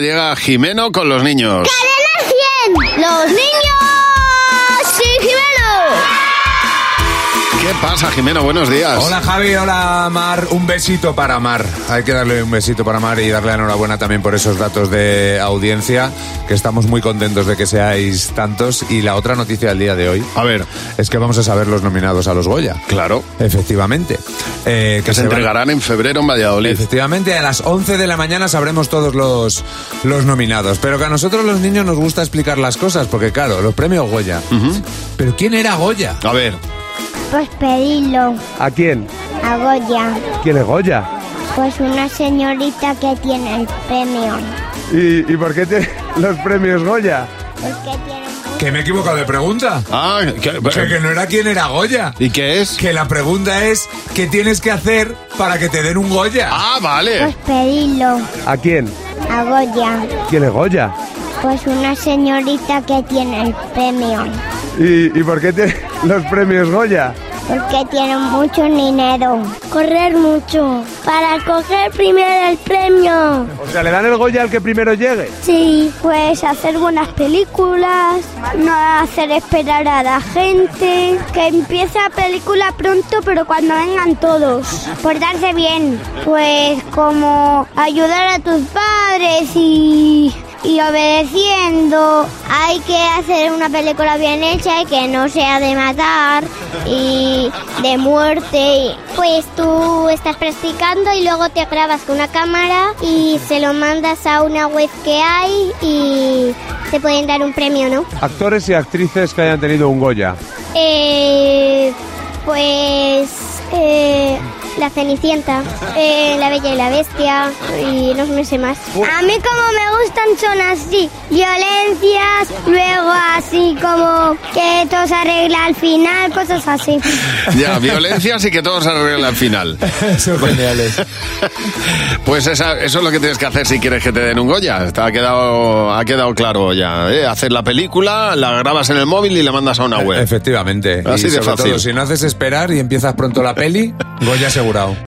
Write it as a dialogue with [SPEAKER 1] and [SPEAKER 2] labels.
[SPEAKER 1] Llega Jimeno con los niños.
[SPEAKER 2] ¡Cadena 100! ¡Los niños! ¡Sí, Jimeno!
[SPEAKER 1] ¿Qué pasa, Jimeno? Buenos días.
[SPEAKER 3] Hola Javi, hola Mar, un besito para Mar. Hay que darle un besito para Mar y darle la enhorabuena también por esos datos de audiencia, que estamos muy contentos de que seáis tantos. Y la otra noticia del día de hoy
[SPEAKER 1] A ver,
[SPEAKER 3] es que vamos a saber los nominados a los Goya.
[SPEAKER 1] claro,
[SPEAKER 3] Efectivamente. Eh,
[SPEAKER 1] que se
[SPEAKER 3] van-
[SPEAKER 1] entregarán en febrero en Valladolid.
[SPEAKER 3] Efectivamente, a las 11 de la mañana sabremos todos los, los nominados. Pero que a nosotros los niños nos gusta explicar las cosas, porque claro, los premios Goya. Pero ¿quién era Goya?
[SPEAKER 1] A ver,
[SPEAKER 2] Pues pedirlo
[SPEAKER 4] ¿A quién?
[SPEAKER 2] a Goya,
[SPEAKER 4] ¿Quién es Goya?
[SPEAKER 2] pues una señorita que tiene el premio.
[SPEAKER 4] ¿Y, y por qué tiene los premios Goya?
[SPEAKER 2] Pues que tiene
[SPEAKER 3] Que me he equivocado de pregunta.
[SPEAKER 1] ah, ¿qué-
[SPEAKER 3] Que, que no era quién era Goya.
[SPEAKER 1] ¿y qué es?
[SPEAKER 3] Que la pregunta es, ¿qué tienes que hacer para que te den un Goya?
[SPEAKER 1] Ah,
[SPEAKER 2] Pues
[SPEAKER 1] vale.
[SPEAKER 2] pedirlo
[SPEAKER 4] ¿A quién?
[SPEAKER 2] a Goya,
[SPEAKER 4] ¿Quién es Goya?
[SPEAKER 2] pues una señorita que tiene el premio.
[SPEAKER 4] ¿Y, y por qué tiene los premios Goya?
[SPEAKER 2] Porque tiene mucho dinero. Correr mucho. Para coger primero el premio.
[SPEAKER 4] O sea, le dan el Goya al que primero llegue.
[SPEAKER 2] Sí, pues hacer buenas películas, no hacer esperar a la gente, que empiece la película pronto, pero cuando vengan todos. Portarse bien, pues como ayudar a tus padres y, y obedeciendo. Hay que hacer una película bien hecha y que no sea de matar y de muerte. Pues tú estás practicando y luego te grabas con una cámara y se lo mandas a una web que hay y te pueden dar un premio, ¿no?
[SPEAKER 4] Actores y actrices que hayan tenido un Goya.
[SPEAKER 2] Eh, pues eh, La Cenicienta, eh, La Bella y la Bestia y no me sé más. A mí como me gustan son así, violencias, luego así como que todo se arregla al final, cosas así.
[SPEAKER 1] Ya, violencias y que todo se arregla al final.
[SPEAKER 3] Son geniales.
[SPEAKER 1] Pues esa- eso es lo que tienes que hacer si quieres que te den un Goya. Está, ha, quedado, ha quedado claro ya. ¿eh? Hacer la película, la grabas en el móvil y la mandas a una web.
[SPEAKER 3] Efectivamente.
[SPEAKER 1] Así
[SPEAKER 3] y
[SPEAKER 1] de
[SPEAKER 3] sobre
[SPEAKER 1] fácil.
[SPEAKER 3] todo, si no haces esperar y empiezas pronto la peli, Goya asegurado.